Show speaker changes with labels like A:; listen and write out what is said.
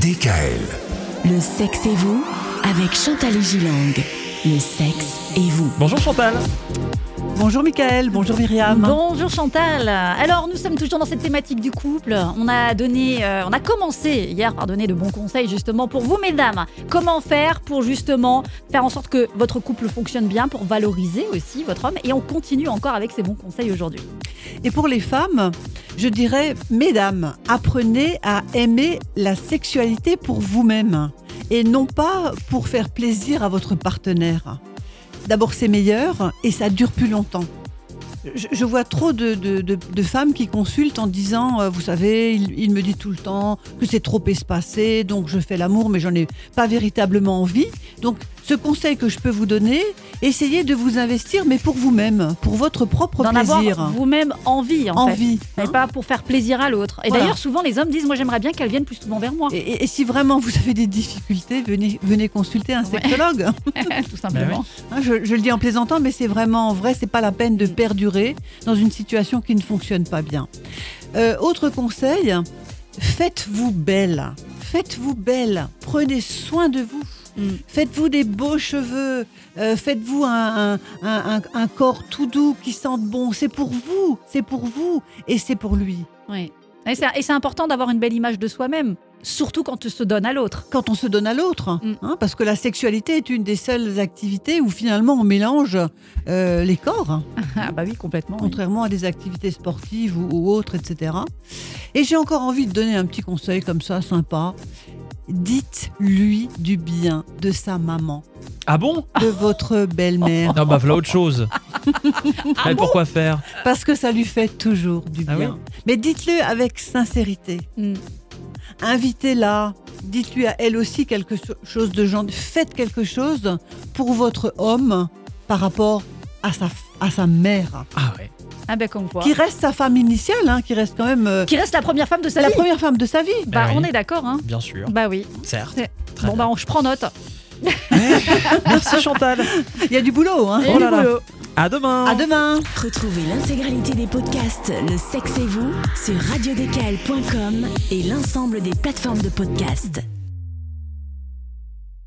A: DKL.
B: Le sexe et vous avec Chantal et Gilang. Le sexe et vous.
C: Bonjour Chantal.
D: Bonjour Michael, bonjour Myriam.
E: Bonjour Chantal. Alors nous sommes toujours dans cette thématique du couple. On a donné, euh, on a commencé hier par donner de bons conseils justement pour vous mesdames. Comment faire pour justement faire en sorte que votre couple fonctionne bien, pour valoriser aussi votre homme. Et on continue encore avec ces bons conseils aujourd'hui.
D: Et pour les femmes, je dirais, mesdames, apprenez à aimer la sexualité pour vous-même et non pas pour faire plaisir à votre partenaire d'abord c'est meilleur et ça dure plus longtemps. Je, je vois trop de, de, de, de, femmes qui consultent en disant, euh, vous savez, il, il, me dit tout le temps que c'est trop espacé, donc je fais l'amour, mais j'en ai pas véritablement envie. Donc ce conseil que je peux vous donner, essayez de vous investir, mais pour vous-même, pour votre propre
E: D'en
D: plaisir.
E: Avoir vous-même envie, en
D: envie,
E: fait. Hein et pas pour faire plaisir à l'autre. Et voilà. d'ailleurs, souvent les hommes disent, moi j'aimerais bien qu'elle vienne plus souvent vers moi.
D: Et, et, et, si vraiment vous avez des difficultés, venez, venez consulter un sexologue.
E: Ouais. tout simplement.
D: Ouais. Je, je le dis en plaisantant, mais c'est vraiment en vrai, c'est pas la peine de perdurer dans une situation qui ne fonctionne pas bien. Euh, autre conseil, faites-vous belle. Faites-vous belle. Prenez soin de vous. Mm. Faites-vous des beaux cheveux. Euh, faites-vous un, un, un, un, corps tout doux qui sente bon. C'est pour vous. C'est pour vous. Et c'est pour lui.
E: Oui. Et c'est important d'avoir une belle image de soi-même. Surtout quand on se donne à l'autre.
D: Quand on se donne à l'autre, mm. hein, parce que la sexualité est une des seules activités où finalement on mélange euh, les corps.
E: Ah bah oui, complètement.
D: Contrairement
E: oui.
D: à des activités sportives ou, ou autres, etc. Et j'ai encore envie de donner un petit conseil comme ça, sympa. Dites-lui du bien de sa maman.
C: Ah bon
D: De votre belle-mère.
C: non, bah voilà autre chose. ah Mais bon pourquoi faire
D: Parce que ça lui fait toujours du bien. Ah oui Mais dites-le avec sincérité. Mm invitez-la, dites-lui à elle aussi quelque chose de genre, faites quelque chose pour votre homme par rapport à sa, à sa mère.
C: Ah ouais.
E: Ah ben comme quoi.
D: Qui reste sa femme initiale, hein, qui reste quand même. Euh,
E: qui reste la première femme de sa
D: la
E: vie.
D: La première femme de sa vie.
E: Bah, bah oui. on est d'accord. Hein.
C: Ben Bien sûr.
E: Bah oui.
C: Certes.
E: Bon bah on, je prends note.
C: bah, Merci Chantal.
D: Il y a du boulot. Hein.
E: Il y a oh là du là. boulot.
C: À demain.
D: À demain.
B: Retrouvez l'intégralité des podcasts Le Sexe et vous sur radiodécal.com et l'ensemble des plateformes de podcasts.